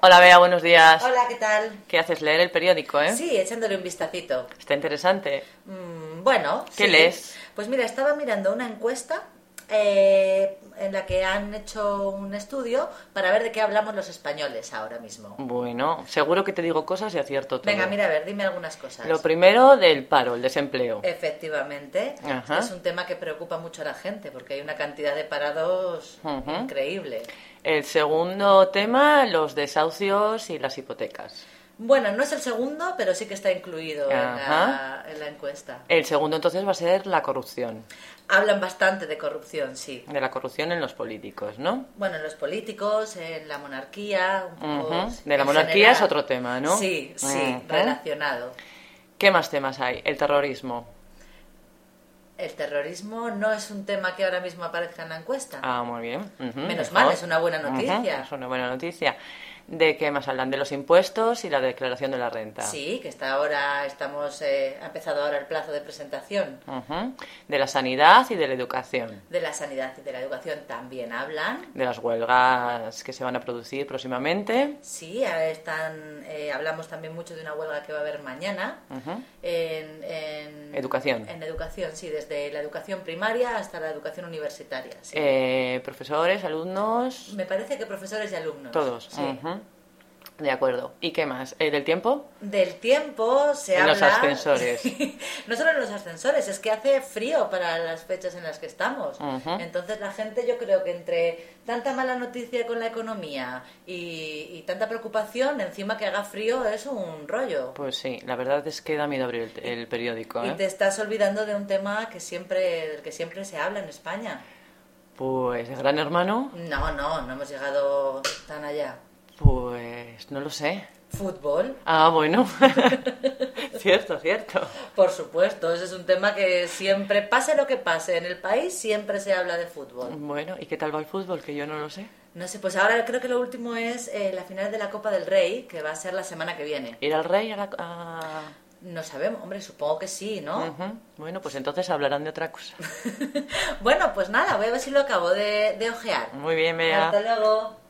Hola Bea, buenos días. Hola, ¿qué tal? ¿Qué haces? Leer el periódico, ¿eh? Sí, echándole un vistacito. Está interesante. Mm, bueno. ¿Qué sí. lees? Pues mira, estaba mirando una encuesta eh, en la que han hecho un estudio para ver de qué hablamos los españoles ahora mismo. Bueno, seguro que te digo cosas y acierto todo. Venga, mira, a ver, dime algunas cosas. Lo primero del paro, el desempleo. Eh. Efectivamente, Ajá. este es un tema que preocupa mucho a la gente porque hay una cantidad de parados Ujú. increíble. El segundo tema, los desahucios y las hipotecas. Bueno, no es el segundo, pero sí que está incluido en la, Ajá. en la encuesta. El segundo entonces va a ser la corrupción, Hablan bastante de corrupción, sí. de la corrupción en los políticos, ¿no? Bueno, en los políticos, en la monarquía, un poco. Ujú. De la en monarquía es otro tema, ¿no? Sí, sí, Ujú. relacionado. ¿Qué más temas hay? El terrorismo. El terrorismo no es un tema que ahora mismo aparezca en la encuesta. Ah, muy bien. Ujú, mejor. Menos mal, es una buena Ujú, noticia. es una buena noticia. ¿De qué más hablan? De los impuestos y la declaración de la renta. Sí, que está ahora, estamos, eh, ha empezado ahora el plazo de presentación Ujú. De la sanidad y de la educación. de la sanidad y de la educación también hablan. De las huelgas que se van a producir próximamente. Sí, ahora están, eh, hablamos también mucho de una huelga que va a haber mañana. Ujú. En, en- Educación. En educación, sí, desde la educación primaria hasta la educación universitaria. sí. Eh, profesores, alumnos, Me parece que profesores y alumnos. todos. Sí. Ujú. De acuerdo. ¿Y qué más? ¿El del tiempo? Del tiempo se En habla. los ascensores. no solo en los ascensores, es que hace frío para las fechas en las que estamos. Ujú. Entonces la gente, yo creo que entre tanta mala noticia con la economía y, y tanta preocupación, encima que haga frío es un rollo. Pues sí, la verdad es que da miedo abrir el, el periódico. Y ¿eh? te estás olvidando de un tema que siempre, del que siempre se habla en España. Pues de Gran Hermano, No, no, no hemos llegado tan allá. pues no lo sé. Fútbol, Ah, bueno. cierto, cierto. Por supuesto, ese es un tema que siempre, pase lo que pase en el país, siempre se habla de fútbol. Bueno, ¿y qué tal va el fútbol? Que yo no lo sé. No sé, pues ahora creo que lo último es eh, la final de la Copa del Rey, que va a ser la semana que viene. ¿Ir al rey a la... a- No sabemos, hombre, supongo que sí, ¿no? Ujú. Bueno, pues entonces hablarán de otra cosa. Bueno, pues nada, voy a ver si lo acabo de, de ojear. Muy bien, Bea. Hasta luego.